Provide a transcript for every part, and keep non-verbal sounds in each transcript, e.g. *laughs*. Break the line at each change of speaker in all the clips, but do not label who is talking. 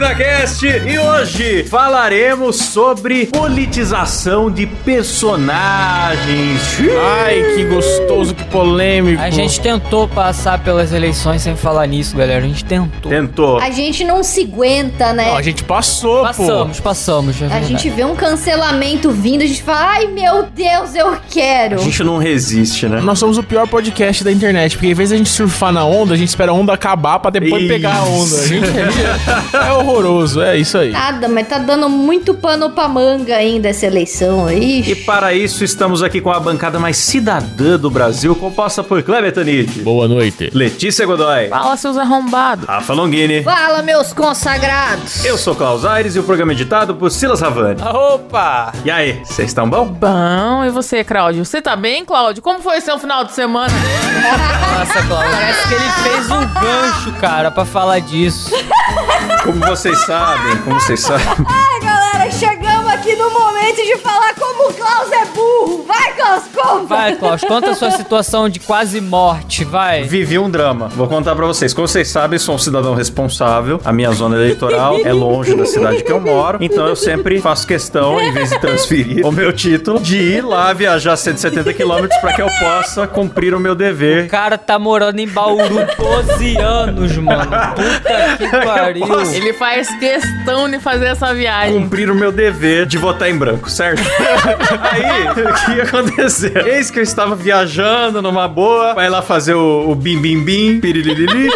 Podcast um e hoje falaremos sobre politização de personagens.
Ai, que gostoso, que polêmico.
Tipo,
A gente tentou passar pelas eleições sem falar nisso, galera. A gente tentou.
Tentou.
A gente não se aguenta, né?
Não, a gente passou,
Passamos, passamos. é
A
verdade.
gente vê um cancelamento vindo, a gente fala, ai meu Deus, eu quero.
A gente não resiste, né?
pô. Nós somos o pior podcast da internet, porque em vez de a gente surfar na onda, a gente espera a onda acabar pra depois
Isso.
pegar a onda. A gente- a gente- é horroroso, é isso aí.
Nada, mas tá dando muito pano pra manga ainda essa eleição aí.
E para isso estamos aqui com a bancada mais cidadã do Brasil, composta por Kleber Tanid,
Boa noite.
Letícia Godoy,
Fala, seus arrombados.
Rafa Longini.
Fala, meus consagrados!
Eu sou Klaus Aires e o programa é editado por Silas Ravani.
Opa!
E aí, vocês estão bom?
Bom, e você, Cláudio? Você tá bem, Cláudio? Como foi seu final de semana?
Nossa, Cláudio, parece que ele fez um gancho, cara, pra falar disso.
Como vocês sabem, como vocês sabem.
Ai, É, galera, chegamos aqui no momento de falar como o Klaus é burro! Vai, Klaus, conta!
Vai, Cláudio, conta a sua situação de quase morte, vai.
*laughs* Vivi um drama. Vou contar pra vocês. Como vocês sabem, sou um cidadão responsável. A minha zona eleitoral é longe da cidade que eu moro. Então eu sempre faço questão, em vez de transferir o meu título, de ir lá viajar 170 quilômetros pra que eu possa cumprir o meu
O
dever.
cara tá morando em Bauru 12 anos, mano. Puta que pariu.
posso-
Ele faz questão de fazer essa viagem.
Cumprir o meu dever de votar em branco, certo? Aí, o que aconteceu? Eis que eu estava viajando numa boa, vai lá fazer o, o bim bim bim, pirililili.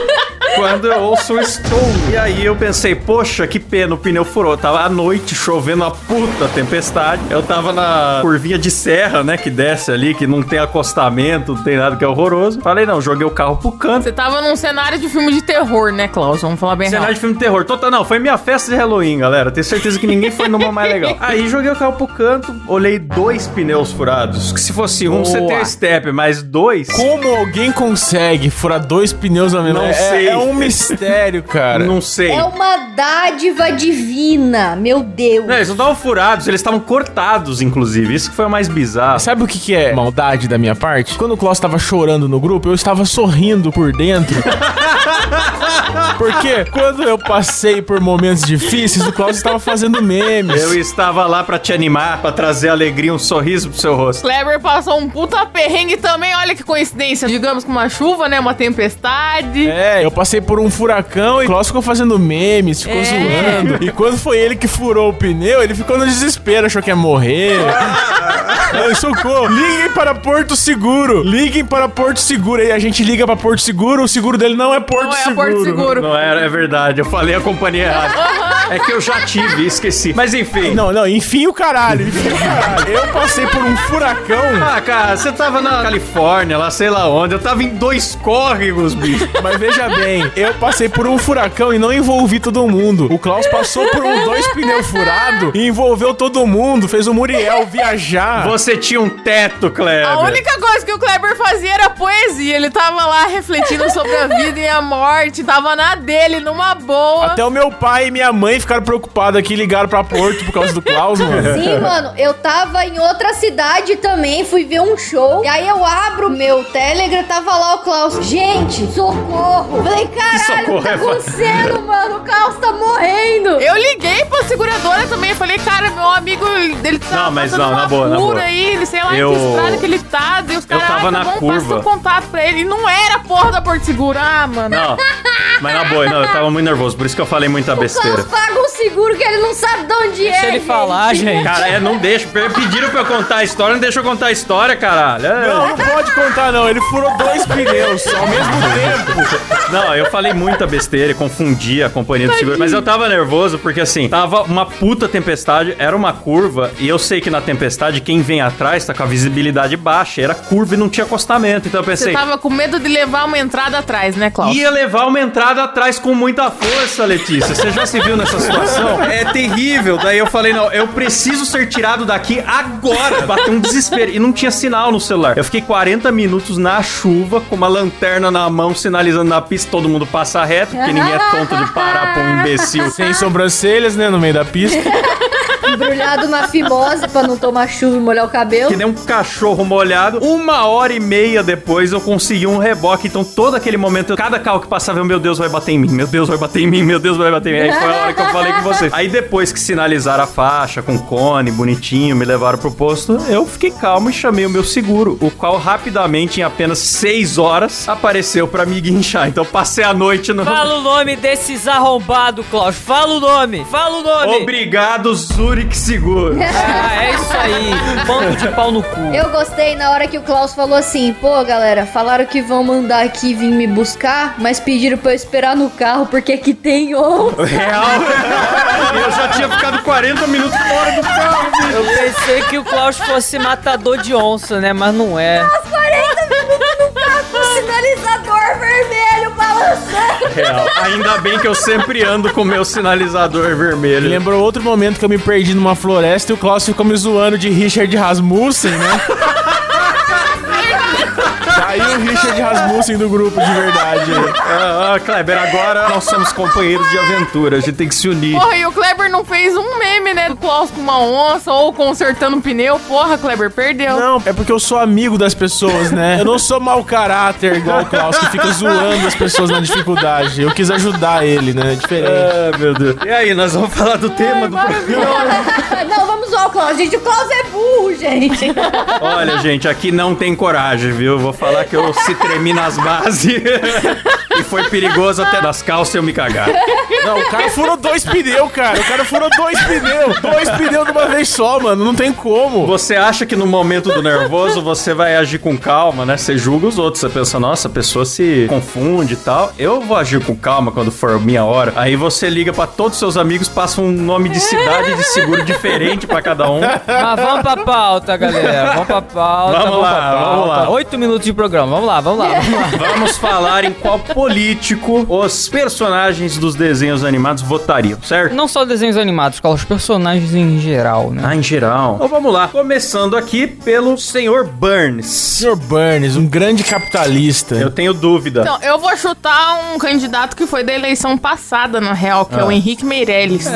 Quando eu ouço um estouro. E aí eu pensei, poxa, que pena, o pneu furou. Tava à noite, chovendo a puta tempestade. Eu tava na curvinha de serra, né, que desce ali, que não tem acostamento, não tem nada que é horroroso. Falei, não, joguei o carro pro canto.
Você tava num cenário de filme de terror, né, Cláudio? Vamos falar bem
Cenário
rápido.
de filme de terror. Total, não, foi minha festa de Halloween, galera. Tenho certeza que ninguém foi numa mais legal. Aí joguei o carro pro canto, olhei dois pneus furados. Que se fosse um, você
Boa.
tem o step, mas dois.
Como alguém consegue furar dois pneus na mesma
Não
é,
sei.
É um mistério, cara.
Não sei.
É uma dádiva divina, meu Deus!
Não, eles não estavam furados, eles estavam cortados, inclusive. Isso que foi o mais bizarro.
Sabe o que, que é maldade da minha parte? Quando o Klaus tava chorando no grupo, eu estava sorrindo por
*laughs*
dentro. Porque quando eu passei por momentos difíceis, o Klaus estava fazendo memes.
Eu estava lá pra te animar, pra trazer alegria, um sorriso pro seu rosto.
Kleber passou um puta perrengue também, olha que coincidência. Digamos com uma chuva, né? Uma tempestade.
É, eu passei por um furacão e o Klaus ficou fazendo memes, ficou
É.
zoando. E quando foi ele que furou o pneu, ele ficou no desespero, achou que ia
*laughs*
morrer. Ai, socorro, liguem para Porto Seguro. Liguem para Porto Seguro. Aí a gente liga para Porto Seguro, o seguro dele não é Porto
Não é a
Seguro.
Porto Seguro.
Não era, é verdade. Eu falei a companhia errada. É que eu já tive, esqueci. Mas enfim.
Não, não, enfim o caralho, enfim o caralho. Eu passei por um furacão,
Ah, cara, você tava na Califórnia, lá sei lá onde. Eu tava em dois córregos, bicho.
mas veja bem, eu passei por um furacão e não envolvi todo mundo. O Klaus passou por um dois pneu furado e envolveu todo mundo, fez o Muriel viajar.
Você tinha um teto, Kleber.
A única coisa que o Kleber fazia era poesia. Ele tava lá refletindo sobre a vida e a morte. Tava na dele, numa boa.
Até o meu pai e minha mãe ficaram preocupados aqui, ligaram pra Porto por causa do Klaus,
*laughs*
mano.
Sim, mano, eu tava em outra cidade também, fui ver um show. E aí eu abro meu Telegram, tava lá o Klaus. Gente, socorro! Falei, caralho, o que tá
socorro, é
acontecendo, mano? O Klaus tá morrendo!
Eu liguei pra seguradora também, falei, cara, meu amigo, ele tá
Não, mas
fazendo
não,
uma
na boa, na
fura
boa.
aí, ele sei lá
Eu-
em que estrada que ele tá, e os
Eu
caras, ah,
tava
tá
na
bom,
curva.
passa o contato pra ele, e não era a porra da Porto Seguro, ah, mano.
Não, mas na boa, não, eu tava muito nervoso, por isso que eu falei muita
O Klaus
besteira.
paga um seguro que ele não sabe de onde é.
Deixa ele
gente.
falar, gente.
Cara, é, não deixa. pe- Pediram pra eu contar a história, não deixa eu contar a história, caralho. É.
Não, não pode contar, não. Ele furou dois pneus ao mesmo tempo.
Não, eu falei muita besteira e confundi a companhia do seguro. Mas eu tava nervoso porque, assim, tava uma puta tempestade, era uma curva, e eu sei que na tempestade quem vem atrás tá com a visibilidade baixa. Era curva e não tinha acostamento. Então eu
Você
pensei,
tava com medo de levar uma entrada atrás, né, Cláudio?
Ia levar uma entrada atrás com muita força, Letícia. Você já se viu nessa situação? *laughs* É terrível. Daí eu falei, não, eu preciso ser tirado daqui agora. Bateu um desespero. E não tinha sinal no celular. Eu fiquei 40 minutos na chuva, com uma lanterna na mão, sinalizando na pista, todo mundo passa reto, porque ninguém é tonto de parar pra um imbecil.
Sem sobrancelhas, né, no meio da pista.
embrulhado na fimose pra não tomar chuva e molhar o cabelo.
Que nem um cachorro molhado. Uma hora e meia depois eu consegui um reboque. Então, todo aquele momento, cada carro que passava, eu, meu Deus, vai bater em mim, meu Deus, vai bater em mim, meu Deus, vai bater em mim. Aí foi a hora que eu falei com vocês. Aí depois que sinalizaram a faixa com cone, bonitinho, me levaram pro posto, eu fiquei calmo e chamei o meu seguro, o qual rapidamente, em apenas seis horas, apareceu pra me guinchar. Então, eu passei a noite no.
Fala o nome desses arrombados, Klaus. Fala o nome. Fala o nome.
Obrigado, Zurich Seguro.
Ah, é isso aí. Ponto de pau no cu.
Eu gostei na hora que o Klaus falou assim: pô, galera, falaram que vão mandar aqui vir me buscar, mas pediram pra eu esperar no carro porque aqui tem *laughs* outro.
Real. eu já tinha ficado 40 minutos fora do carro, bicho.
Eu pensei que o Klaus fosse matador de onça, né? Mas não é.
40 minutos no carro com sinalizador vermelho balançando.
Real. Ainda bem que eu sempre ando com meu sinalizador
Ele
vermelho.
lembrou outro momento que eu me perdi numa floresta e o Klaus ficou me zoando de Richard Rasmussen, né? Daí o Richard Rasmussen do grupo de verdade.
Ah, ah, Kleber, agora nós somos companheiros de aventura, a gente tem que se unir.
Porra, e o Kleber não fez um meme, né? Do Klaus com uma onça ou consertando um pneu. Porra, Kleber, perdeu.
Não, é porque eu sou amigo das pessoas, né? Eu não sou mau caráter igual o Klaus, que fica zoando as pessoas na dificuldade. Eu quis ajudar ele, né? É Diferente.
Ah, É meu Deus. E aí, nós vamos falar do tema do programa.
Não, vamos zoar o Klaus, gente. O Klaus é burro, gente.
Olha, gente, aqui não tem coragem, viu? Vou falar que eu se tremi nas bases. *laughs* e foi perigoso até nas calças eu me cagar.
Não, o cara furou dois pneus, cara. O cara furou dois pneus. Dois pneus de uma vez só, mano. Não tem como.
Você acha que no momento do nervoso você vai agir com calma, né? Você julga os outros, você pensa, nossa, a pessoa se confunde e tal. Eu vou agir com calma quando for minha hora. Aí você liga pra todos os seus amigos, passa um nome de cidade e de seguro diferente pra cada um.
Mas vamos pra pauta, galera. Vamos pra pauta.
Vamos lá,
pra pauta.
vamos lá.
Oito minutos de programa. Vamos lá, vamos lá. Vamos lá.
Vamos falar em qual político os personagens dos desenhos animados votariam, certo?
Não só desenhos animados, Klaus, os personagens em geral, né?
Ah, em geral. Então vamos lá. Começando aqui pelo senhor Burns.
Sr. Burns, um grande capitalista.
Eu tenho dúvida.
Então, eu vou chutar um candidato que foi da eleição passada, na real, que é o
Ah.
Henrique Meirelles.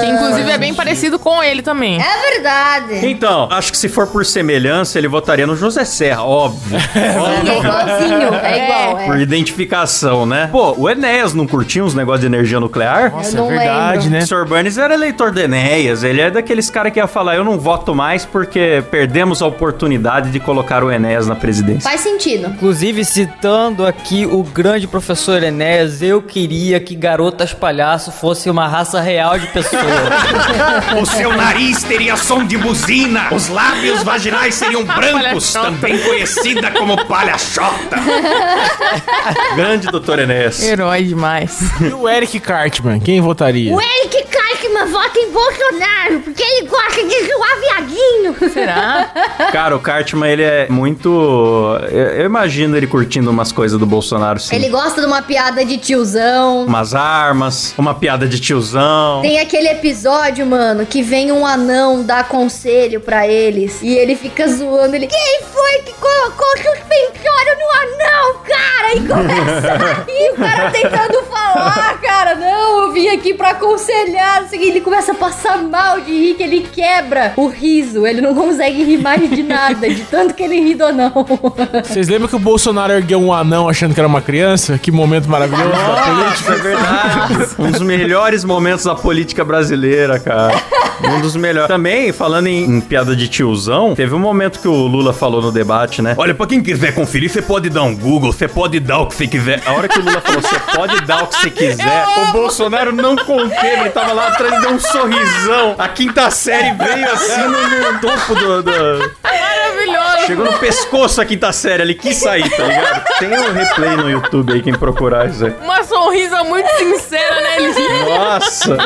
que inclusive é bem parecido com ele também.
É verdade.
Então, acho que se for por semelhança, ele votaria no José Serra, óbvio.
É igualzinho, é igual.
Por
É.
identificação, né? Pô, o Enéas não curtia uns negócios de energia nuclear?
Eu não lembro.
O Sr. Burns era eleitor do Enéas, ele é daqueles caras que ia falar, eu não voto mais porque perdemos a oportunidade de colocar o Enéas na
*laughs*
presidência.
Faz sentido.
Inclusive, citando aqui o grande professor Enéas, eu queria que garotas palhaço fosse uma raça real de
*laughs*
pessoas.
O seu nariz teria som de buzina, os lábios vaginais seriam
brancos, Palhaçota.
também conhecida como palhaçota. Grande doutor Enéas.
Herói demais.
E o Eric Cartman, quem votaria?
O Eric Cartman vota em Bolsonaro porque ele gosta de zoar viadinho.
Será?
Cara, o Cartman, ele é muito... Eu, eu imagino ele curtindo umas coisas do Bolsonaro, sim.
Ele gosta de uma piada de tiozão.
umas armas, uma piada de tiozão.
Tem aquele episódio, mano, que vem um anão dar conselho pra eles e ele fica zoando. Ele, quem foi que colocou o suspensório no anão, cara? E começa. e o cara tentando falar, cara, não, eu vim aqui pra aconselhar. não sei o quê. Ele começa a passar mal de rir, que ele quebra o riso. Ele não consegue rir mais de nada, de tanto que ele ri do anão. *laughs*
Vocês lembram que o Bolsonaro ergueu um anão achando que era uma criança? Que momento maravilhoso da política.
Isso é verdade. Um dos melhores momentos da política brasileira, cara. Um dos melhores. Também, falando em, em piada de tiozão, teve um momento que o Lula falou no debate, né? Olha, pra quem quiser conferir, você pode dar um Google, você pode dar o que você quiser. A hora que o Lula falou, você pode dar o que você quiser, o Bolsonaro não conteve. Ele tava lá atrás e deu um sorrisão. A quinta série veio assim no, no topo do- do,
Maravilhoso.
Chegou no pescoço a quinta série, ele quis sair, tá ligado? Tem um replay no YouTube aí, quem procurar isso aí.
Uma sorrisa muito sincera, né? Ele *laughs* riu.
Nossa!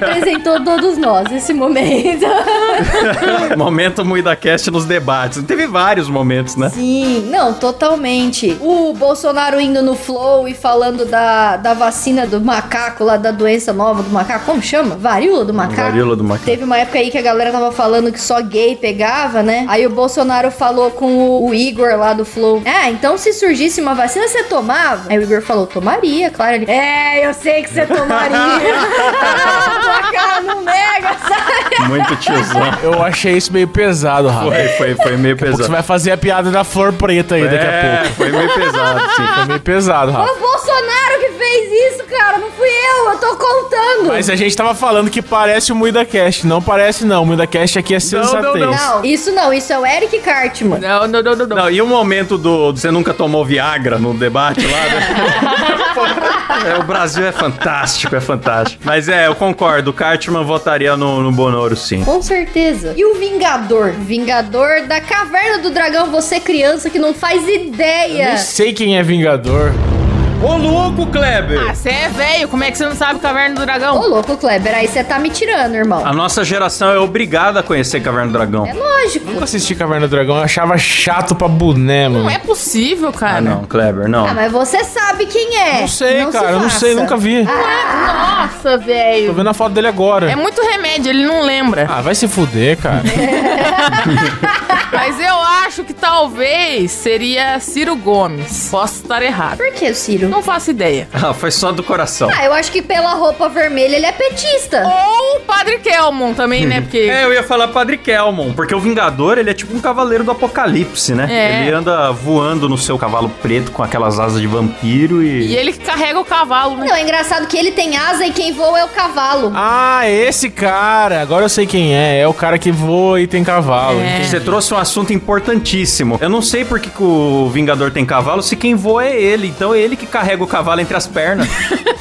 Representou todos nós esse momento. *laughs*
*laughs* Momento MuidaCast nos debates. Teve vários momentos,
*laughs*
né?
Sim, não, totalmente. O Bolsonaro indo no flow e falando da, da vacina do macaco, lá da doença nova do macaco, como chama? Varíola do macaco.
Varíola do macaco.
Teve uma época aí que a galera tava falando que só gay pegava, né? Aí o Bolsonaro falou com o, o Igor lá do Flow. Ah, então se surgisse uma vacina, você tomava? Aí o Igor falou,
*laughs*
tomaria, *laughs* claro. Ele, é, eu sei que você tomaria. Ah, tua cara não nega, sabe?
muito tiozão.
Eu achei isso meio pesado, Rafa.
Foi, foi, foi meio
Você
pesado.
vai fazer a piada da flor preta aí daqui a
É,
pouco.
foi meio pesado,
Foi *laughs*
sim.
meio pesado, Rafa.
Foi É o Bolsonaro que fez isso, cara. Não fui eu, eu tô contando.
Mas a gente tava falando que parece o MuidaCast. Não parece, não. O MuidaCast aqui é sensatez.
não.
Não, isso não, isso é o Eric Cartman.
Não, não, não, não, não.
Não, e o momento do do você nunca tomou Viagra no debate lá? né? É, o Brasil é fantástico, é fantástico. Mas é, eu concordo, o Cartman votaria no, no Bonoro, sim.
Com certeza. E o Vingador? Vingador da Caverna do Dragão, você criança que não faz ideia.
Nem sei quem é Vingador.
Ô, louco, Kleber!
Ah, você é velho, como é que você não sabe Caverna do
Ô,
Dragão?
louco, Kleber, aí você tá me tirando, irmão.
Ah.
A nossa geração é obrigada a conhecer Caverna do Dragão.
É lógico.
Nunca assisti Caverna do Dragão, eu achava chato pra boné, mano.
Não é possível, cara.
Ah, não, Kleber, não.
Ah, mas você sabe quem é.
Não sei,
se
cara, eu não
faça.
sei, nunca vi. Tô
Nossa, velho.
vendo a foto dele agora.
É muito remédio, ele não lembra.
Ah, vai se fuder, cara.
Ah.
Mas eu acho que talvez seria Ciro Gomes. Posso estar errado.
Por que, Ciro?
Não faço ideia.
Ah, foi só do coração.
Ah, eu acho que pela roupa vermelha ele é petista.
Ou o Padre Kelmon também, né? Porque
*laughs* É, eu ia falar Padre Kelmon, porque o Vingador, ele é tipo um cavaleiro do apocalipse, né?
É.
Ele anda voando no seu cavalo preto com aquelas asas de vampiro
E ele que carrega o cavalo,
Oh.
né?
Não, é engraçado que ele tem asa e quem voa é o cavalo.
ah, esse cara. Agora eu sei quem é. É o cara que voa e tem cavalo.
É.
Você trouxe um assunto importantíssimo. Eu não sei por que, que o Vingador tem cavalo, se quem voa é ele. Então é ele que carrega o cavalo entre as
*laughs*
pernas.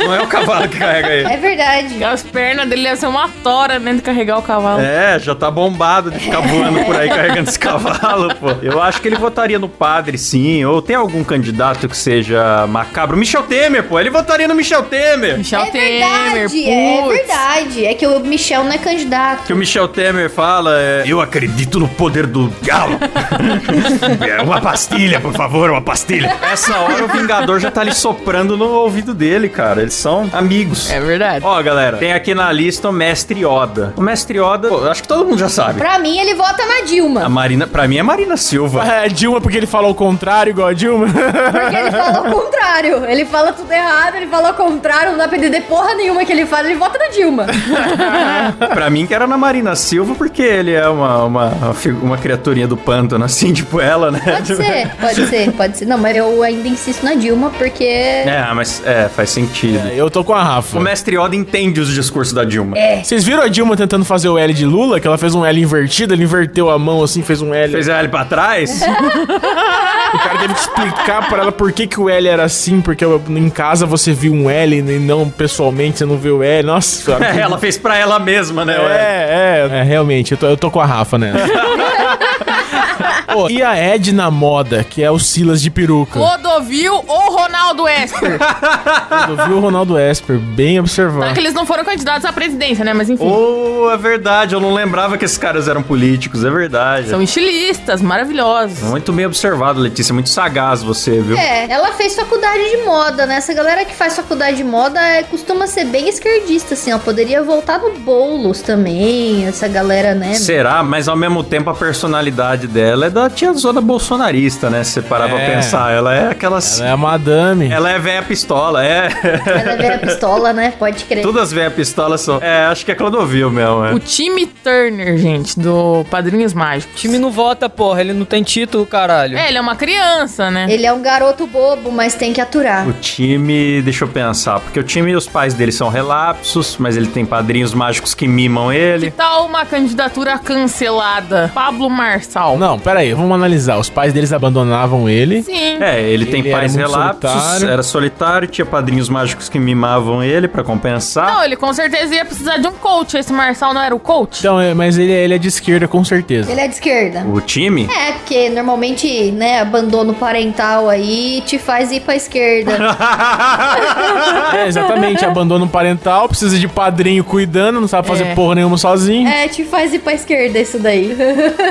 não é o cavalo que carrega
Ah.
ele.
É verdade.
As pernas dele devem ser uma tora, né? De carregar o cavalo.
É, já tá bombado de ficar voando por aí carregando esse cavalo, pô. Eu acho que ele votaria no padre, sim. Ou tem algum candidato que seja macabro. Michel Temer, pô. Ele votaria no Michel Temer.
Michel
é
Temer,
verdade, é
putz.
verdade. É que o Michel não é candidato.
Que o Michel Temer fala é... Eu acredito no poder do galo. É, uma pastilha, por favor, uma pastilha. Essa hora o Vingador já tá ali soprando no ouvido dele, cara. Eles são amigos.
É verdade.
Ó, galera, tem aqui na lista o Mestre Yoda. O Mestre Yoda, pô, acho que todo mundo já sabe.
Pra mim, ele vota na
A
Dilma.
Marina, pra mim é Marina Silva.
É, Dilma, porque ele falou o contrário, igual a Dilma.
Porque ele fala o contrário. Ele fala tudo errado, ele fala o contrário, não dá pra entender porra nenhuma que ele fala, ele vota na Dilma.
Pra mim que era na Marina Silva, porque ele é uma, uma, uma fi- uma criaturinha do pântano, assim, *laughs* tipo ela, né? *laughs*
Pode ser, pode ser, pode ser. Não, mas eu ainda insisto na Dilma, porque.
É, mas é, faz sentido.
eu tô com a Rafa.
O Mestre Yoda entende os discursos da Dilma.
é
É.
Vocês viram a Dilma tentando fazer o L de Lula? Que ela fez um L invertido, ele inverteu a mão assim, fez um L.
Fez a L pra trás?
O cara teve que explicar pra ela por que, que o L era assim, porque em casa você viu um L e não pessoalmente você não viu o L. Nossa,
É,
cara.
ela fez pra ela mesma, né? ué?
É, é, é, realmente, eu tô, eu tô com a Rafa, né? *laughs* Pô, e a Edna Moda, que é o Silas de peruca.
Clodovil ou Ronaldo Esper?
Eu vi o Ronaldo Esper, bem
Só
observado.
que eles não foram candidatos à presidência, né? Mas enfim.
Oh, é verdade, eu não lembrava que esses caras eram políticos, é verdade.
São estilistas, maravilhosos.
Muito bem observado, Letícia, muito sagaz você, viu?
É, ela fez faculdade de moda, né? Essa galera que faz faculdade de moda é, costuma ser bem esquerdista, assim, ó. Poderia voltar no Boulos também, essa galera, né?
Será, mas ao mesmo tempo a personalidade dela é da tia zona bolsonarista, né? Se você parar pra
É.
pensar, ela é aquelas.
Ela é a madame.
Ela é velha pistola, é.
Ela vê a pistola, né? Pode crer.
Todas as velhas pistolas são. É, acho que é Clodovil mesmo, é.
O time Turner, gente, do Padrinhos
O
Mágicos.
time não vota, porra. Ele não tem título, caralho.
É, ele é uma criança, né?
Ele é um garoto bobo, mas tem que aturar.
O time, deixa eu pensar, porque o time, os pais dele são relapsos, mas ele tem padrinhos mágicos que mimam
Que
ele.
tal uma candidatura cancelada? Pablo Marçal.
Não, pera aí, vamos analisar. Os pais deles abandonavam ele.
Sim.
É, ele, tem
Ele era
pais
muito
relapsos,
solitário.
era solitário, tinha padrinhos mágicos que mimavam ele pra compensar.
Não, ele com certeza ia precisar de um coach. Esse Marçal não era o coach?
Então, é, mas ele, é- ele é de esquerda, com certeza.
Ele é de esquerda.
O time?
É, porque normalmente, né, abandono parental aí te faz ir pra esquerda.
É, exatamente. Abandono parental, precisa de padrinho cuidando, não sabe fazer
É.
porra nenhuma sozinho. *laughs*
É, te faz ir pra esquerda isso daí.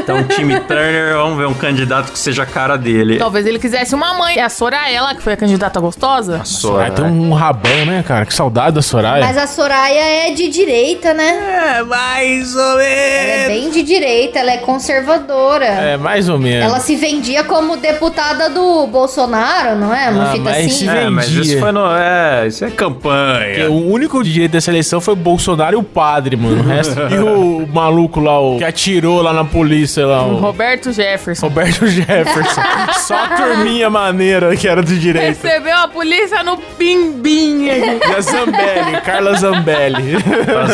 então, o time Turner é eleição ver um candidato que seja a cara dele.
Talvez ele quisesse uma mãe. É a Soraya, que foi a candidata gostosa.
Sora.
Ah, tem um rabão, né, cara? Que saudade da Soraya.
Mas a Soraya é de direita, né?
É, mais ou
Ela é
menos.
bem de direita, ela é conservadora.
É, mais ou menos.
Ela se vendia como deputada do Bolsonaro, não é? Uma
Ah,
fita
mas
assim.
se-
É, mas
vendia.
isso foi no. É, isso é
Porque
campanha.
o único direito dessa eleição foi o Bolsonaro e o padre, mano. O resto. e o maluco lá, o que atirou lá na polícia lá, o
Roberto Jefferson.
Roberto *laughs* Jefferson. Só a turminha maneira que era de direita.
Recebeu a polícia no pimbinha.
E a Zambelli, Carla Zambelli.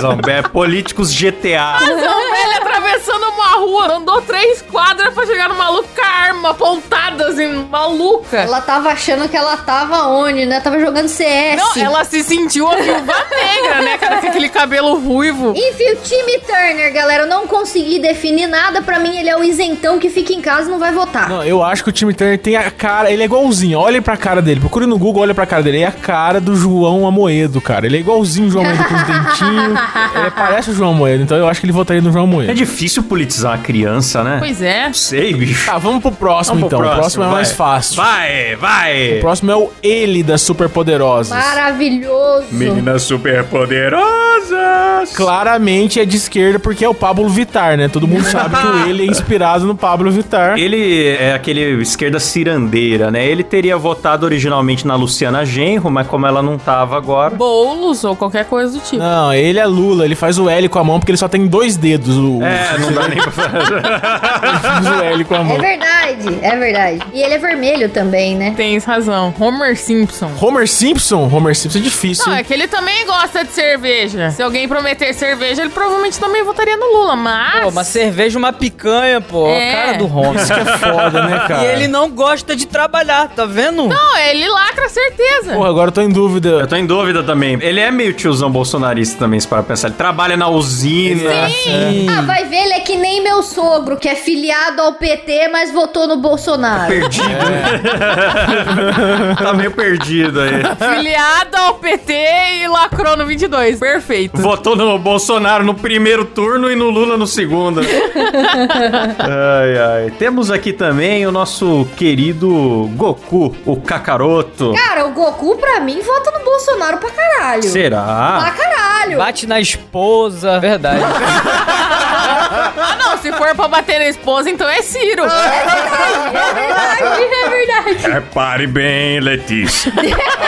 Zambé, é políticos
*laughs*
GTA.
Então ele atravessando uma rua, andou três quadras pra chegar no maluco com a arma apontada, assim, maluca.
Ela tava achando que ela tava onde, né? Tava jogando CS.
Não, ela se sentiu a viúva negra, né, cara, com aquele cabelo ruivo.
Enfim, o time Turner, galera, eu não consegui definir nada. Pra mim, ele é o isentão que fica em casa e não vai votar.
Não, eu acho que o time Turner tem a cara. Ele é igualzinho. Olhem pra cara dele. Procure no Google, olha pra cara dele. É a cara do João Amoedo, cara. Ele é igualzinho o João Amoedo com os
*laughs*
dentinhos. Ele parece o João Amoedo, então eu acho que ele votaria no João
É
Amoedo.
difícil politizar a criança, né?
Pois é.
Não sei, bicho.
Tá, vamos pro próximo
Vamos pro
então. o próximo é
vai.
mais fácil.
Vai, vai.
O próximo é o ele das superpoderosas.
Maravilhoso.
Meninas superpoderosas.
Claramente é de esquerda porque é o Pablo Vittar, né? Todo mundo sabe
*laughs*
que o ele é inspirado no Pablo Vittar.
Ele é aquele esquerda cirandeira, né? Ele teria votado originalmente na Luciana Genro, mas como ela não tava agora.
Boulos ou qualquer coisa do tipo.
Não, ele é Lula, ele faz o L com a mão porque ele só tem dois dedos. O,
É, não dá nem *laughs* pra fazer.
*laughs* faz o L com a
É
mão.
verdade, é verdade. E ele é vermelho também, né?
Tens razão. Homer Simpson.
Homer Simpson? Homer Simpson é difícil.
Não,
hein?
é que ele também gosta de cerveja. Se alguém prometer cerveja, ele provavelmente também votaria no Lula, mas...
Pô, uma cerveja, uma picanha, pô.
É.
A cara do
*laughs*
Homer.
Isso que é foda, né, cara?
E ele não gosta de trabalhar, tá vendo?
Não, ele lacra certeza.
Porra, agora eu tô em
Eu
dúvida.
tô em dúvida também. Ele é meio tiozão bolsonarista também, se para pensar. Ele trabalha na usina.
Sim.
Ah, vai ver, ele é que nem meu sogro, que é filiado ao PT, mas votou no Bolsonaro.
Perdido. né? *laughs* tá meio perdido aí.
Filiado ao PT e lacrou no 22. Perfeito.
Votou no Bolsonaro no primeiro turno e no Lula no segundo. ai, ai. Temos aqui também o nosso querido Goku, o Kakaroto.
Cara, o Goku, pra mim, vota no Bolsonaro pra caralho. Pra
Será?
caralho.
Bate na esposa. Verdade.
Ah, não, se for pra bater na esposa, então é Ciro.
É verdade, é verdade.
Repare bem, Letícia.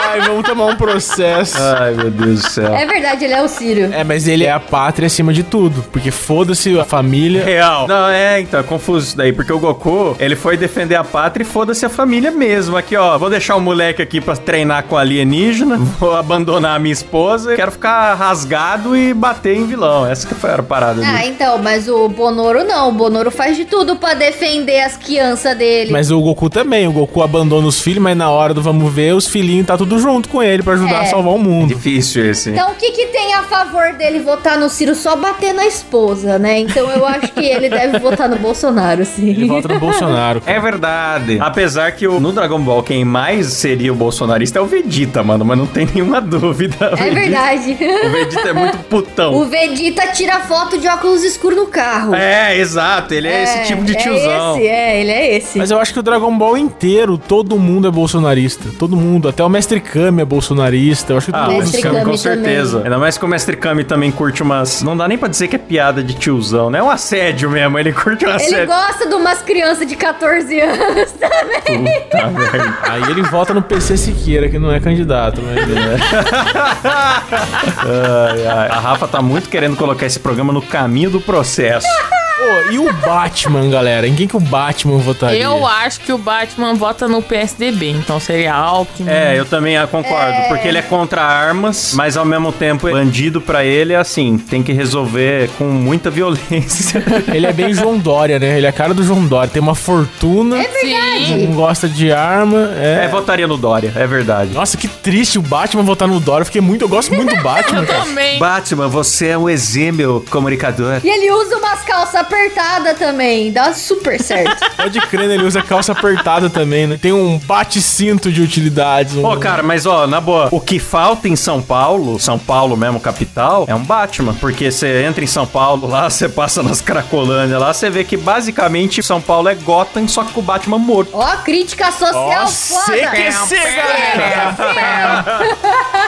Ai, vamos tomar um processo.
ai, meu Deus do céu.
É verdade, ele é o Círio.
É, mas ele é a pátria acima de tudo. Porque foda-se a família.
Real. Não, é, então, é confuso isso daí, porque o Goku, ele foi defender a pátria e foda-se a família mesmo. Aqui, ó, vou deixar o moleque aqui pra treinar com alienígena, *laughs* vou abandonar a minha esposa, quero ficar rasgado e bater em vilão. Essa que foi a parada dele.
Ah, então, mas o Bonoro não. O Bonoro faz de tudo pra defender as crianças dele.
Mas o Goku também. O Goku abandona os filhos, mas na hora do vamos ver, os filhinhos tá tudo junto com ele pra ajudar
É.
a salvar o mundo.
Difícil esse. hein?
Então, o que, que tem a favor dele votar no Ciro? Só bater na esposa, né? Então, eu acho que ele deve votar no Bolsonaro,
Ele
sim.
volta no Bolsonaro.
É verdade. Apesar que o- no Dragon Ball quem mais seria o bolsonarista é o Vegeta, mano, mas não tem nenhuma dúvida. O
É
Vegeta-
verdade.
*laughs* O Vegeta é muito putão.
O Vegeta tira foto de óculos escuros no carro.
É, exato, ele é, esse tipo de tiozão.
É esse, é, ele é esse.
Mas eu acho que o Dragon Ball inteiro, todo mundo é bolsonarista. Todo mundo. Até o Mestre Kami é bolsonarista. Eu acho que
Ah, o
todos
Mestre
Mestre
Kami,
Kami
com certeza.
também.
Ainda mais que o Mestre Kami também curte umas. Não dá nem pra dizer que é piada de tiozão, né? É um assédio mesmo. Ele curte um
Ele
assédio.
gosta de umas crianças de 14 anos *laughs* também.
Puta, velho.
Aí ele vota no PC Siqueira, que não é candidato, mas. é.
Ai, ai. A Rafa tá muito querendo colocar esse programa no caminho do processo.
Pô, e o Batman, galera? Em quem que o Batman votaria?
Eu acho que o Batman vota no PSDB, então seria Alckmin.
É, eu também ah, concordo. Porque ele é contra armas, mas ao mesmo tempo, bandido pra ele é assim: tem que resolver com muita violência. *laughs*
Ele é bem João Dória, né? Ele é a cara do João Dória. Tem uma
É
fortuna,
Sim.
não gosta de arma.
é,
É.
votaria no Dória, é verdade.
Nossa, que triste o Batman votar no Dória. Eu fiquei muito. Eu gosto
*laughs*
muito do Batman, cara.
Também.
Batman, você é um exímio comunicador.
E ele usa umas calças apertada também. Dá
*laughs*
super certo.
Pode crer, né? Ele usa calça apertada também, né? Tem um bate-cinto de utilidades. um-
Pô, cara, mas ó, na boa, o que falta em São Paulo, São Paulo mesmo, capital, é um Batman. Porque você entra em São Paulo lá, *laughs* você passa nas Cracolândia lá, você vê que basicamente São Paulo é Gotham, só que com o Batman morto.
Ó, crítica social
Ó,
foda.
CQC, galera!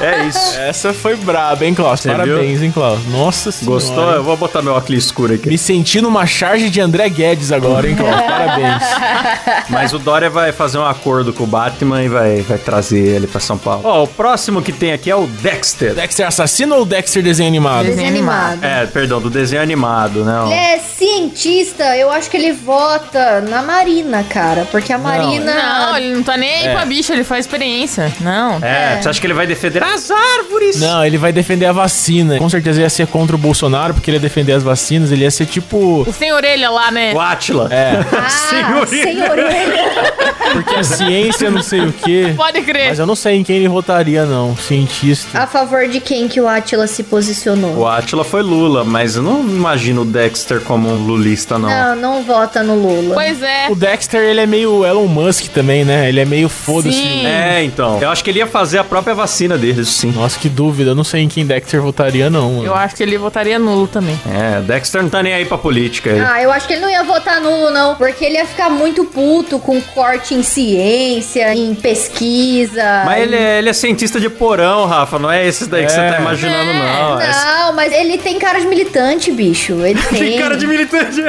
É isso.
Essa foi braba, hein, Klaus?
Você
Parabéns, hein, Klaus? Nossa senhora.
Gostou?
hein?
Eu vou botar meu óculos escuro aqui.
Me senti numa charge de André Guedes agora, hein,
*laughs*
Klaus? Parabéns.
Mas o Dória vai fazer um acordo com o Batman e vai, vai trazer ele pra São Paulo. Ó, o próximo que tem aqui é o Dexter.
Dexter assassino ou Dexter desenho animado?
Desenho animado.
É, perdão, do desenho animado, né?
Ele é cientista, eu acho que ele vota na Marina, cara. Porque a Marina.
Não, ele não tá nem aí
É.
com a bicha, ele faz experiência. Não.
É, você acha que ele vai defender as árvores?
Não, ele vai defender a vacina. Com certeza ia ser contra o Bolsonaro, porque ele ia defender as vacinas. Ele ia ser tipo.
O sem orelha lá, né?
O Atila. *laughs*
É,
Ah, sem orelha.
porque a ciência não sei o quê.
Pode crer.
Mas eu não sei em quem ele votaria, não. Cientista.
*laughs* A favor de quem que o Atila se posicionou?
O Atila foi Lula, mas eu não imagino o Dexter como um lulista, não.
Não, não vota no Lula.
Pois é.
O Dexter, ele é meio Elon Musk também, né? Ele é meio foda-se. né?
Sim.
É, então. Eu acho que ele ia fazer a própria vacina dele, sim.
Nossa, que dúvida. Eu não sei em quem Dexter votaria, não. mano.
Eu acho que ele votaria nulo também.
É, Dexter não tá nem aí pra política. Ele.
Ah, eu acho que ele não ia votar nulo, não. Porque ele ia ficar muito puto com corte em ciência, em pesquisa.
Mas
em-
ele é, ele é cientista de porão, Rafa. Não é esses daí que você
É.
tá imaginando, não. É.
Não, mas ele tem cara de militante, bicho. Ele tem.
*laughs* Tem cara de
*laughs*
militante.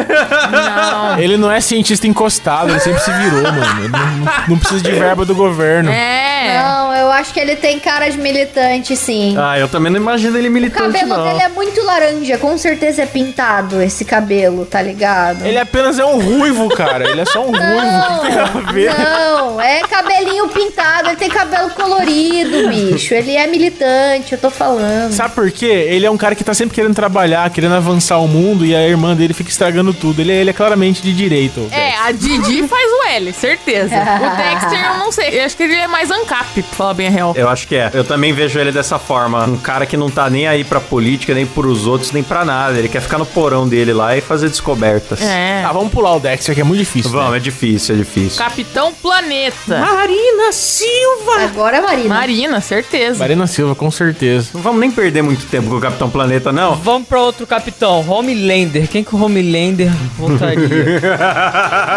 Não.
Ele não é cientista encostado, ele sempre se virou, mano. Ele Não, não- não precisa de verba do governo.
É.
Não, eu acho que ele tem cara de militante, sim.
ah, então eu também não imagino ele
O
militante,
cabelo
não.
dele é muito laranja, com certeza é pintado esse cabelo, tá ligado?
Ele apenas é um ruivo, cara. Ele é só um ruivo. O que *laughs* tem a ver?
*laughs* Não, é cabelinho pintado, ele tem cabelo colorido, bicho. Ele é militante, eu tô falando.
Sabe por quê? Ele é um cara que tá sempre querendo trabalhar, querendo avançar o mundo e a irmã dele fica estragando tudo. Ele, é- ele é claramente de direito. o
É,
Dexter.
a Didi faz o L, certeza.
*laughs*
O Dexter, eu não sei. Eu acho que ele é mais ANCAP, pra falar bem a real.
Eu acho que é. Eu também vejo ele dessa forma. Um cara que não tá nem aí pra política, nem pros outros, nem pra nada. Ele quer ficar no porão dele lá e fazer descobertas.
É.
Ah, vamos pular o Dexter, que é muito difícil. né?
Vamos, é difícil, é difícil.
Capitão Planeta.
Marina Silva!
Agora, Marina.
Marina, certeza.
Marina Silva, com certeza.
Não vamos nem perder muito tempo com o Capitão Planeta,
*laughs*
não.
Vamos pra outro capitão, Homelander. Quem que o Homelander votaria?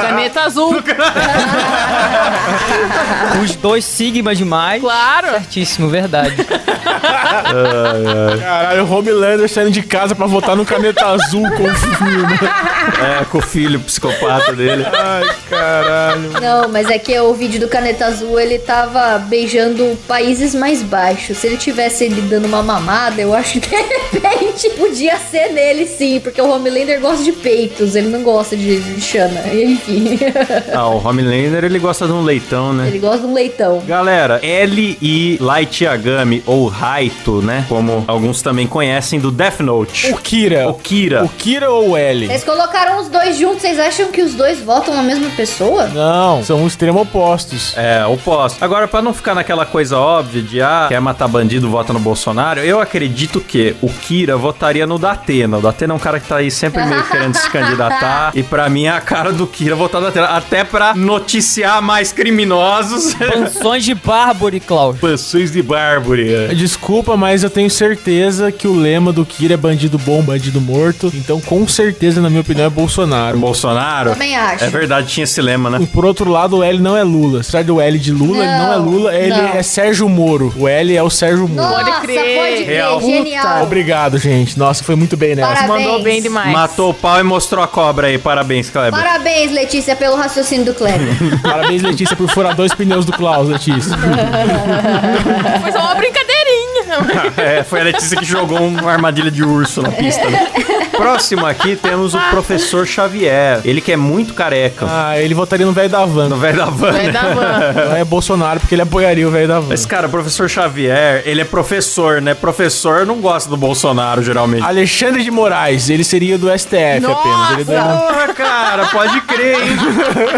Caneta azul.
Os dois Sigma demais.
Claro.
Certíssimo, verdade.
Caralho, o Homelander saindo de casa pra votar no caneta azul com o filme.
É, com o filho psicopata dele.
Ai, caralho.
Não, mas é que o vídeo do Caneta Azul, ele tava beijando países mais baixos. Se ele tivesse ele dando uma mamada, eu acho que de repente podia ser nele sim, porque o Homelander gosta de peitos, ele não gosta de, de chana. Enfim, *laughs*
Ah, o Homelander, ele gosta de um leitão, né?
ele gosta de um leitão.
Galera, L e Light Yagami, ou Raito, né? Como alguns também conhecem, do Death Note.
O Kira.
O Kira.
O Kira ou o L?
Vocês colocaram os dois juntos, vocês acham que os dois votam na mesma pessoa?
Não, são extremos opostos.
É, oposto. Agora, pra não ficar naquela coisa óbvia de, ah, quer matar bandido, vota no Bolsonaro, eu acredito que o Kira votaria no Datena. O Datena é um cara que tá aí sempre meio querendo se candidatar. E pra mim é a cara do Kira votar no Datena. Até pra noticiar mais criminosos.
Canções de Bárbaro, Klaus.
Pessoas de Bárbara.
Desculpa, mas eu tenho certeza que o lema do Kira é bandido bom, bandido morto. Então, com certeza, na minha opinião, é Bolsonaro.
Bolsonaro?
Também acho.
É verdade, tinha esse lema, né?
E por outro lado, o L não é Lula. Apesar do L de Lula, ele não é Lula, ele
não.
é Sérgio Moro. O L é o Sérgio Moro.
Nossa, pode
crer.
crer,
Real.
genial.
Obrigado, gente. Nossa, foi muito bem nessa.
Parabéns.
Mandou bem demais.
Matou o pau e mostrou a cobra aí. Parabéns, Kleber.
Parabéns, Letícia, pelo raciocínio do Kleber.
Parabéns, Letícia, por furar dois pneus do Klaus, Letícia.
Ah, Foi só
*laughs*
uma brincadeirinha.
É, foi a Letícia que jogou uma armadilha de urso na pista. Né? Próximo aqui temos o professor Xavier. Ele que é muito careca.
Ah, ele votaria no velho da
No
van.
velho da van.
Vai
né?
dar van.
Não é Bolsonaro, porque ele apoiaria o velho da van.
Mas, cara, o professor Xavier, ele é professor, né? Professor não gosta do Bolsonaro, geralmente.
Ah, Alexandre de Moraes, ele seria do STF apenas. Ele é do-
Porra, cara, pode crer, hein?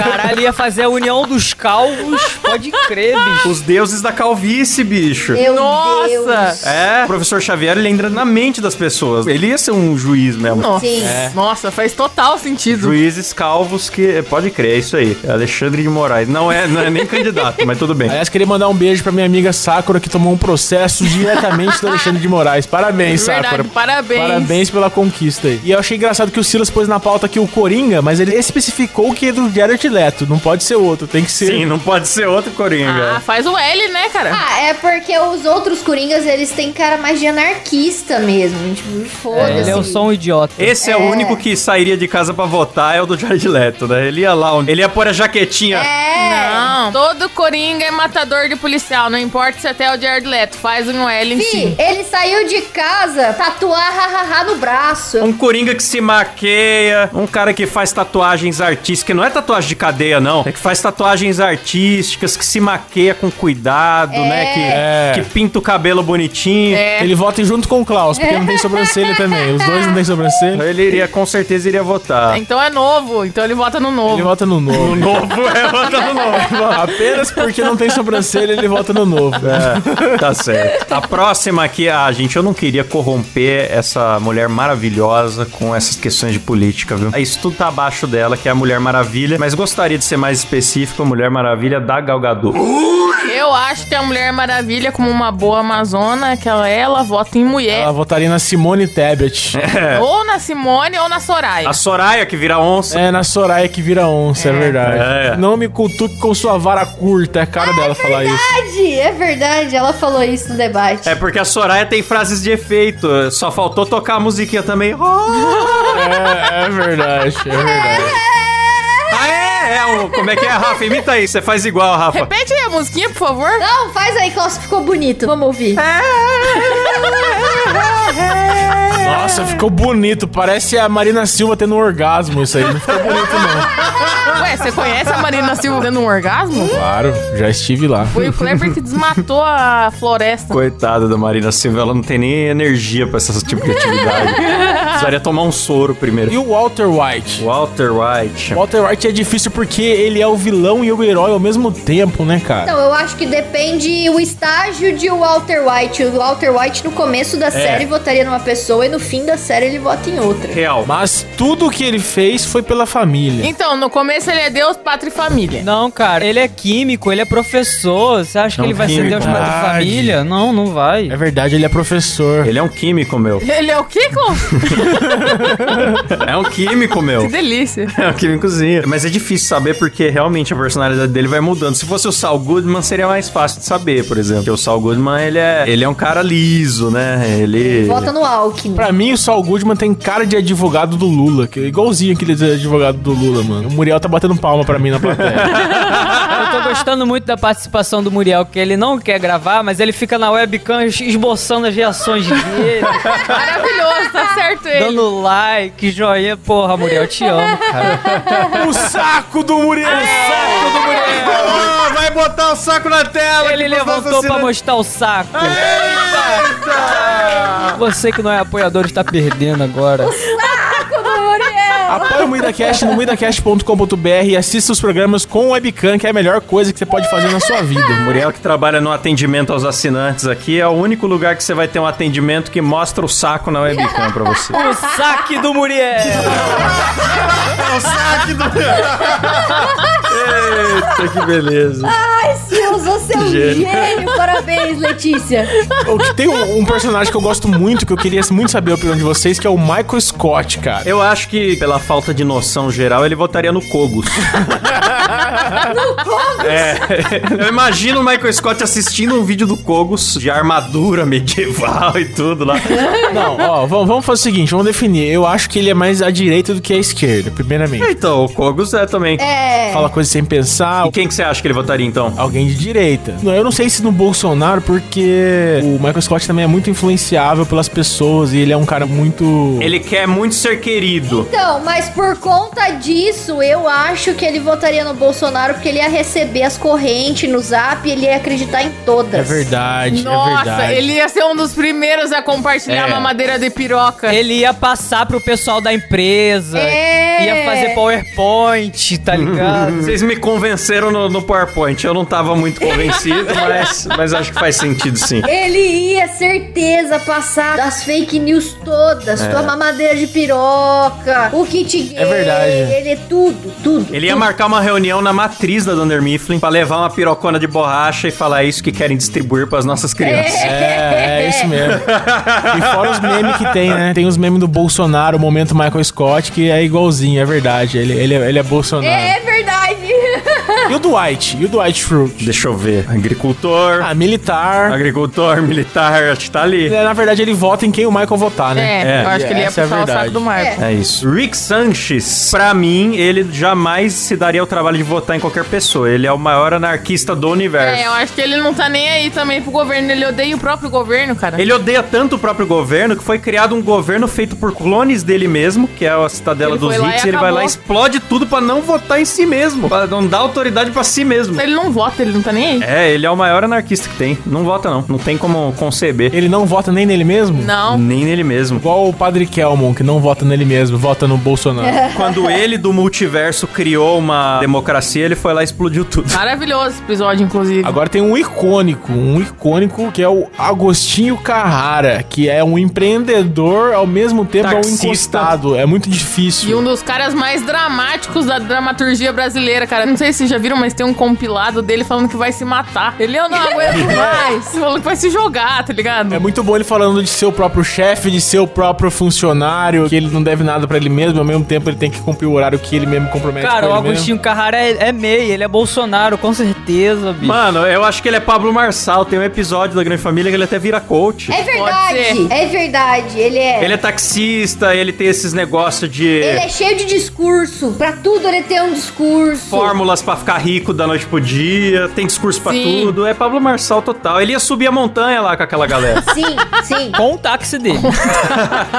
Caralho, ia fazer a união dos calvos. Pode crer, bicho.
Os deuses da calvície, bicho.
Meu
Nossa.
Deus.
É, o professor Xavier, ele entra na mente das pessoas. Ele ia ser um juiz mesmo. mesmo.
Nossa.
Sim.
Nossa, faz total sentido.
Juízes calvos que. Pode crer, é isso aí. Alexandre de Moraes. Não é, não é nem candidato, mas
*laughs*
tudo bem.
Aliás, queria mandar um beijo pra minha amiga Sakura, que tomou um processo diretamente do Alexandre de Moraes. Parabéns,
Verdade,
Sakura.
parabéns.
Parabéns pela conquista aí. E eu achei engraçado que o Silas pôs na pauta aqui o Coringa, mas ele especificou que é do Jared Leto. Não pode ser outro, tem que ser.
Sim, não pode ser outro Coringa.
Ah, faz o L, né, cara?
Ah, é porque os outros Coringas, eles têm cara mais de anarquista mesmo. Tipo, foda-se.
Ele é só um idiota.
Esse é. o único que sairia de casa pra votar, é o do Jared Leto, né? Ele ia lá, onde- ele ia pôr a jaquetinha.
É.
Não. Ah, Todo Coringa é matador de policial. Não importa se até é o Jared Leto. Faz um L em
Fi,
si.
ele saiu de casa tatuar hahaha no braço.
Um coringa que se maqueia, um cara que faz tatuagens artísticas, que não é tatuagem de cadeia, não. É que faz tatuagens artísticas, que se maqueia com cuidado, né? Que, que pinta o cabelo bonitinho.
É.
Ele vota junto com o Klaus, porque não tem sobrancelha também. Os dois não tem sobrancelha.
Ele iria, com certeza, iria votar.
Então é novo. Então ele vota no novo.
Ele vota no novo.
Novo *laughs* é votar no novo.
Apenas porque não tem sobrancelha, ele vota no novo.
É, tá certo. A próxima aqui, ah, gente, eu não queria corromper essa mulher maravilhosa com essas questões de política, viu? Isso tudo tá abaixo dela, que é a Mulher Maravilha, mas gostaria de ser mais específico, a Mulher Maravilha da Galgador.
Eu acho que a Mulher Maravilha, como uma boa amazona que ela é, ela vota em mulher.
Ela votaria na Simone Tebet.
É.
Ou na Simone ou na Soraya.
A Soraya que vira onça.
É, na Soraya que vira onça, é, verdade.
É.
Não me cutuque com sua vara curta. É cara dela falar isso.
Verdade, é verdade. Ela falou isso no debate.
É porque a Soraya tem frases de efeito. Só faltou tocar a musiquinha também. Oh!
É, é verdade, é verdade.
Ah, é, é o. Como é que é, Rafa? Imita aí, você faz igual, Rafa.
Repete aí a musiquinha, por favor.
Não, faz aí, Klaus, ficou bonito. Vamos ouvir.
É.
Nossa, ficou bonito. Parece a Marina Silva tendo um orgasmo isso *laughs* aí. Não ficou bonito, não.
Ué, você conhece a Marina Silva dando um orgasmo?
Claro, já estive lá.
Foi o Kleber que desmatou a floresta.
Coitada da Marina Silva, ela não tem nem energia pra esse tipo de atividade. Precisaria tomar um soro primeiro.
E o Walter White?
Walter White.
Walter White é difícil porque ele é o vilão e o herói ao mesmo tempo, né, cara?
Então, eu acho que depende o estágio de Walter White. O Walter White no começo
É.
da série votaria numa pessoa e no fim da série ele vota em outra.
Real.
Mas tudo que ele fez foi pela família.
Então, no começo ele é Deus, pátria e família.
Não, cara, ele é químico, ele é professor. Você acha
Não,
que ele vai ser
químico.
Deus para
Verdade.
a família? Não, não vai.
É verdade, ele é professor.
Ele é um químico, meu. *laughs*
Ele é o quê, Klaus?
É um químico,
Que
meu.
delícia.
É um químicozinho. Mas é difícil saber porque realmente a personalidade dele vai mudando. Se fosse o Saul Goodman, seria mais fácil de saber, por exemplo. Porque o Saul Goodman, ele é, ele é um cara liso, né? Ele.
Vota no Alckmin.
Pra mim, o Saul Goodman tem cara de advogado do Lula, que é igualzinho aquele advogado do Lula, mano. O Muriel tá batendo palma pra mim na plateia.
Eu tô gostando muito da participação do Muriel, que ele não quer gravar, mas ele fica na webcam es- esboçando as reações dele,
Maravilhoso, tá certo ele.
dando like, joinha. Porra, Muriel, te amo, cara.
o saco do Muriel!
Saco do Muriel!
Ah, vai botar o saco na tela!
Ele
que assim, né? você
levantou pra
assassina-
mostrar o saco.
É. Eita!
Você que não é apoiador está perdendo agora.
Apoie o MuidaCast no muidacast.com.br e assista os programas com webcam, que é a melhor coisa que você pode fazer na sua vida.
Muriel, que trabalha no atendimento aos assinantes aqui, é o único lugar que você vai ter um atendimento que mostra o saco na webcam pra você.
O saque do Muriel!
É o saque do. Eita, que beleza.
Ai, Silas, você é um
Gênio.
gênio. Parabéns, Letícia.
O que tem um, um personagem que eu gosto muito, que eu queria muito saber a opinião de vocês, que é o Michael Scott, cara.
Eu acho que, pela falta de noção geral, ele votaria no Kogos. no Kogos? É. Eu imagino o Michael Scott assistindo um vídeo do Kogos, de armadura medieval e tudo lá.
Não, ó, vamos, vamos fazer o seguinte, vamos definir. Eu acho que ele é mais à direita do que à esquerda, primeiramente.
Então, o Kogos é também.
É.
Fala coisas sem pensar.
E quem que você acha que ele votaria, então?
Alguém de direita. Não, eu não sei se no Bolsonaro, porque o Michael Scott também é muito influenciável pelas pessoas e ele é um cara muito.
Ele quer muito ser querido.
Então, mas por conta disso, eu acho que ele votaria no Bolsonaro porque ele ia receber as correntes no zap e ele ia acreditar em todas.
É verdade, é
Nossa,
verdade.
ele ia ser um dos primeiros a compartilhar
É.
uma madeira de piroca.
Ele ia passar pro pessoal da empresa.
É, É.
Ia fazer PowerPoint,
*laughs*
tá ligado?
Vocês me convenceram no, no PowerPoint. Eu não tava muito convencido, mas, mas acho que faz sentido sim.
Ele ia, certeza, passar das fake news todas. Tua mamadeira de piroca, o kit gay.
É verdade.
Ele é tudo, tudo.
Ele ia marcar uma reunião na matriz da Dunder Mifflin pra levar uma pirocona de borracha e falar isso que querem distribuir pras nossas crianças.
É, é isso mesmo. E fora os memes que tem, né? Tem os memes do Bolsonaro, o momento Michael Scott, que é igualzinho, é verdade. Ele, ele, é- ele é Bolsonaro.
É verdade.
E o Dwight? E o Dwight
*laughs*
Schrute?
Deixa eu ver. Agricultor,
Ah, militar.
agricultor, militar, acho que tá ali.
É, Na verdade, ele vota em quem o Michael votar, né?
É,
É,
eu acho que ele ia
essa é a
puxar o saco
verdade.
do Marco.
É isso. Rick Sanchez, pra mim, ele jamais se daria o trabalho de votar em qualquer pessoa. Ele é o maior anarquista do universo.
É, eu acho que ele não tá nem aí também pro governo. Ele odeia o próprio governo, cara.
Ele odeia tanto o próprio governo que foi criado um governo feito por clones dele mesmo, que é a Citadela
Ele
dos
foi lá
Hits.
e
Ele vai
acabou.
lá e explode tudo pra não votar em si mesmo, Pra não dar autoridade pra si mesmo.
Ele não vota, ele não tá nem aí.
É, ele é o maior anarquista que tem. Não vota não, não tem como conceber.
Ele não vota nem nele mesmo?
Não.
Nem nele mesmo.
Igual o Padre Kelmon, que não vota nele mesmo, vota no
É.
Bolsonaro.
Quando ele do multiverso criou uma democracia, ele foi lá e explodiu tudo.
Maravilhoso esse episódio, inclusive.
Agora tem um icônico, um icônico que é o Agostinho Carrara, que é um empreendedor, ao mesmo tempo é um
Taxista.
encostado. É muito
E
difícil.
um dos caras mais dramáticos da dramaturgia brasileira, cara. Não sei se já viram, mas tem um compilado dele falando que vai se matar. Ele, eu
*laughs*
não aguento mais. Falando que vai se jogar, tá ligado?
É muito bom ele falando de seu próprio chefe, de seu próprio funcionário, que ele não deve nada pra ele mesmo, ao mesmo tempo ele tem que cumprir o horário que ele mesmo compromete
Cara,
com
o
É, tipo ele
Agostinho Carrara é, é meio, ele é Bolsonaro, com certeza,
*laughs*
bicho.
Mano, eu acho que ele é Pablo Marçal. Tem um episódio da Grande Família que ele até vira coach.
É verdade.
ser.
É verdade. Ele é.
Ele é taxista, ele tem esses negócios de
Ele é cheio de discurso. Pra tudo ele tem um discurso.
fórmulas pra ficar rico da noite pro dia, tem discurso pra
Sim.
tudo. É Pablo Marçal total. Ele ia subir a montanha lá com aquela
*laughs*
galera.
Sim, sim.
Com o táxi dele.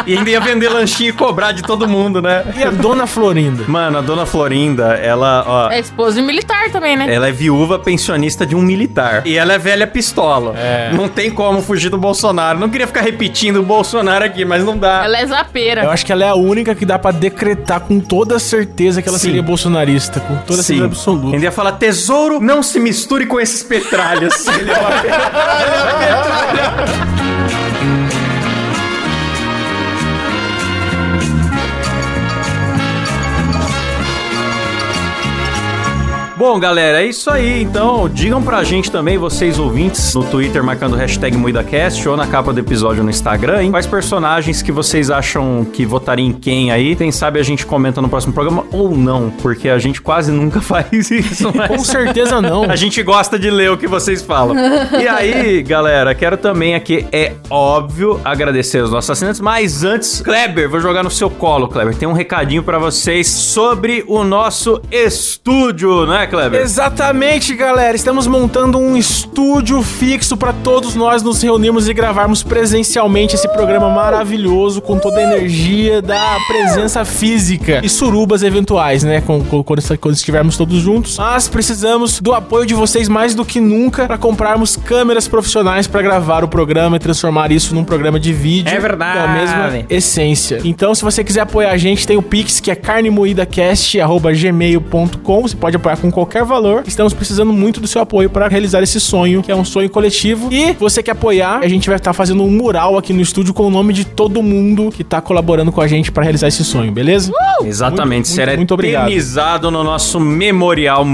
e ainda ia vender lanchinho e cobrar de todo mundo, né?
mesmo. E É a Dona Florinda?
Mano, a dona Florinda, ela, ó.
É esposo de militar também, né?
Ela é viúva pensionista de um militar. E ela é velha pistola.
É.
Não tem como fugir do Bolsonaro. Não queria ficar repetindo o Bolsonaro aqui, mas não dá.
Ela é zapeira.
Eu acho que ela é a única que dá pra decretar com toda certeza que ela
Sim.
seria bolsonarista, com toda certeza absoluta.
Ele ia falar, tesouro, não se misture com esses petralhas. Ele é uma Bom, galera, é isso aí. Então, digam pra gente também, vocês ouvintes, no Twitter, marcando hashtag MuidaCast ou na capa do episódio no Instagram, hein? Quais personagens que vocês acham que votariam em quem aí? Quem sabe a gente comenta no próximo programa ou não, porque a gente quase nunca *laughs* faz isso,
Com
mas...
certeza não.
A gente gosta de ler o que vocês falam. E aí, galera, quero também aqui, é óbvio, agradecer os nossos assinantes, mas antes, Kleber, vou jogar no seu colo, Kleber. Tem um recadinho pra vocês sobre o nosso estúdio, né, Kleber?
Exatamente, galera. Estamos montando um estúdio fixo para todos nós nos reunirmos e gravarmos presencialmente esse programa maravilhoso com toda a energia da presença física e surubas eventuais, né? Com, com- quando, esta- quando estivermos todos juntos. Mas precisamos do apoio de vocês mais do que nunca para comprarmos câmeras profissionais para gravar o programa e transformar isso num programa de vídeo.
É verdade.
Com a mesma essência. Então, se você quiser apoiar a gente, tem o Pix, que é carnemoidacast.gmail.com. Você pode apoiar com qualquer valor. Estamos precisando muito do seu apoio para realizar esse sonho, que é um sonho coletivo. E você que apoiar, a gente vai estar fazendo um mural aqui no estúdio com o nome de todo mundo que tá colaborando com a gente para realizar esse sonho, beleza?
Exatamente,
Muito,
será
muito, muito obrigado.
eternizado no nosso memorial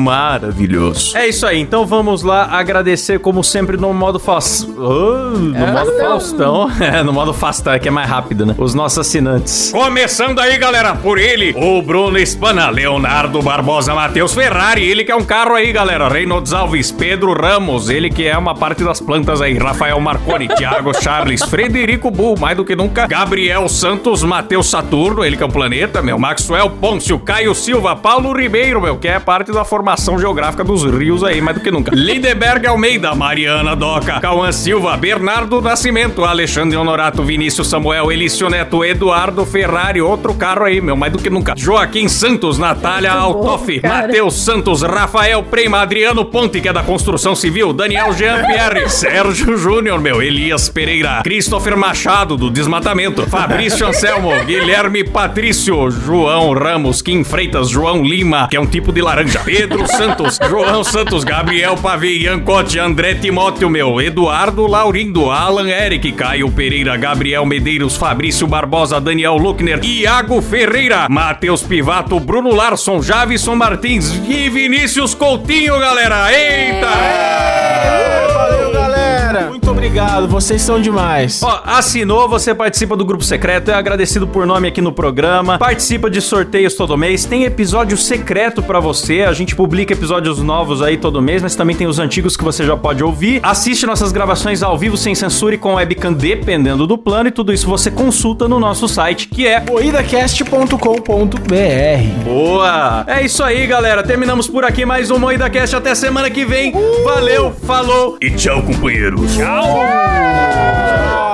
maravilhoso. É isso aí, então vamos lá agradecer, como sempre, no modo faz... Oh, no modo Faustão. *laughs* É, no modo Fastão, que é mais rápido, né? Os nossos assinantes. Começando aí, galera, por ele, o Bruno Espana, Leonardo Barbosa, Matheus Ferrari, ele que é um carro aí, galera, Reynolds Alves, Pedro Ramos, ele que é uma parte das plantas aí, Rafael Marconi, *laughs* Thiago Charles, Frederico Bull, mais do que nunca, Gabriel Santos, Matheus Saturno, ele que é um planeta, meu, Maxwell Pôncio, Caio Silva, Paulo Ribeiro, meu, que é parte da formação geográfica dos rios aí, mais do que nunca, Lindeberg Almeida, Mariana Doca, Cauã Silva, Bernardo Nascimento, Alexandre Honorato, Vinícius Samuel, Elício Neto, Eduardo Ferrari, outro carro aí, meu, mais do que nunca, Joaquim Santos, Natália Altoff, Matheus Santos, Santos, Rafael Prema, Adriano Ponte, que é da construção civil, Daniel Jean-Pierre, Sérgio Júnior, meu, Elias Pereira, Christopher Machado, do desmatamento, Fabrício Anselmo, Guilherme Patrício, João Ramos, Kim Freitas, João Lima, que é um tipo de laranja, Pedro Santos, João Santos, Gabriel Pavei, Ian Cote, André Timóteo, meu, Eduardo Laurindo, Alan Eric, Caio Pereira, Gabriel Medeiros, Fabrício Barbosa, Daniel Luckner, Iago Ferreira, Matheus Pivato, Bruno Larson, Javison Martins e Vinícius Coutinho, galera. Eita!
Valeu, galera. Muito obrigado, vocês são demais.
Ó, assinou, você participa do grupo secreto, é agradecido por nome aqui no programa, participa de sorteios todo mês, tem episódio secreto pra você, a gente publica episódios novos aí todo mês, mas também tem os antigos que você já pode ouvir. Assiste nossas gravações ao vivo sem censura e com webcam dependendo do plano e tudo isso você consulta no nosso site, que é
Moidacast.com.br
Boa! É isso aí, galera. Terminamos por aqui mais um Moída Cast. Até semana que vem. Valeu, falou e tchau, companheiros. Tchau!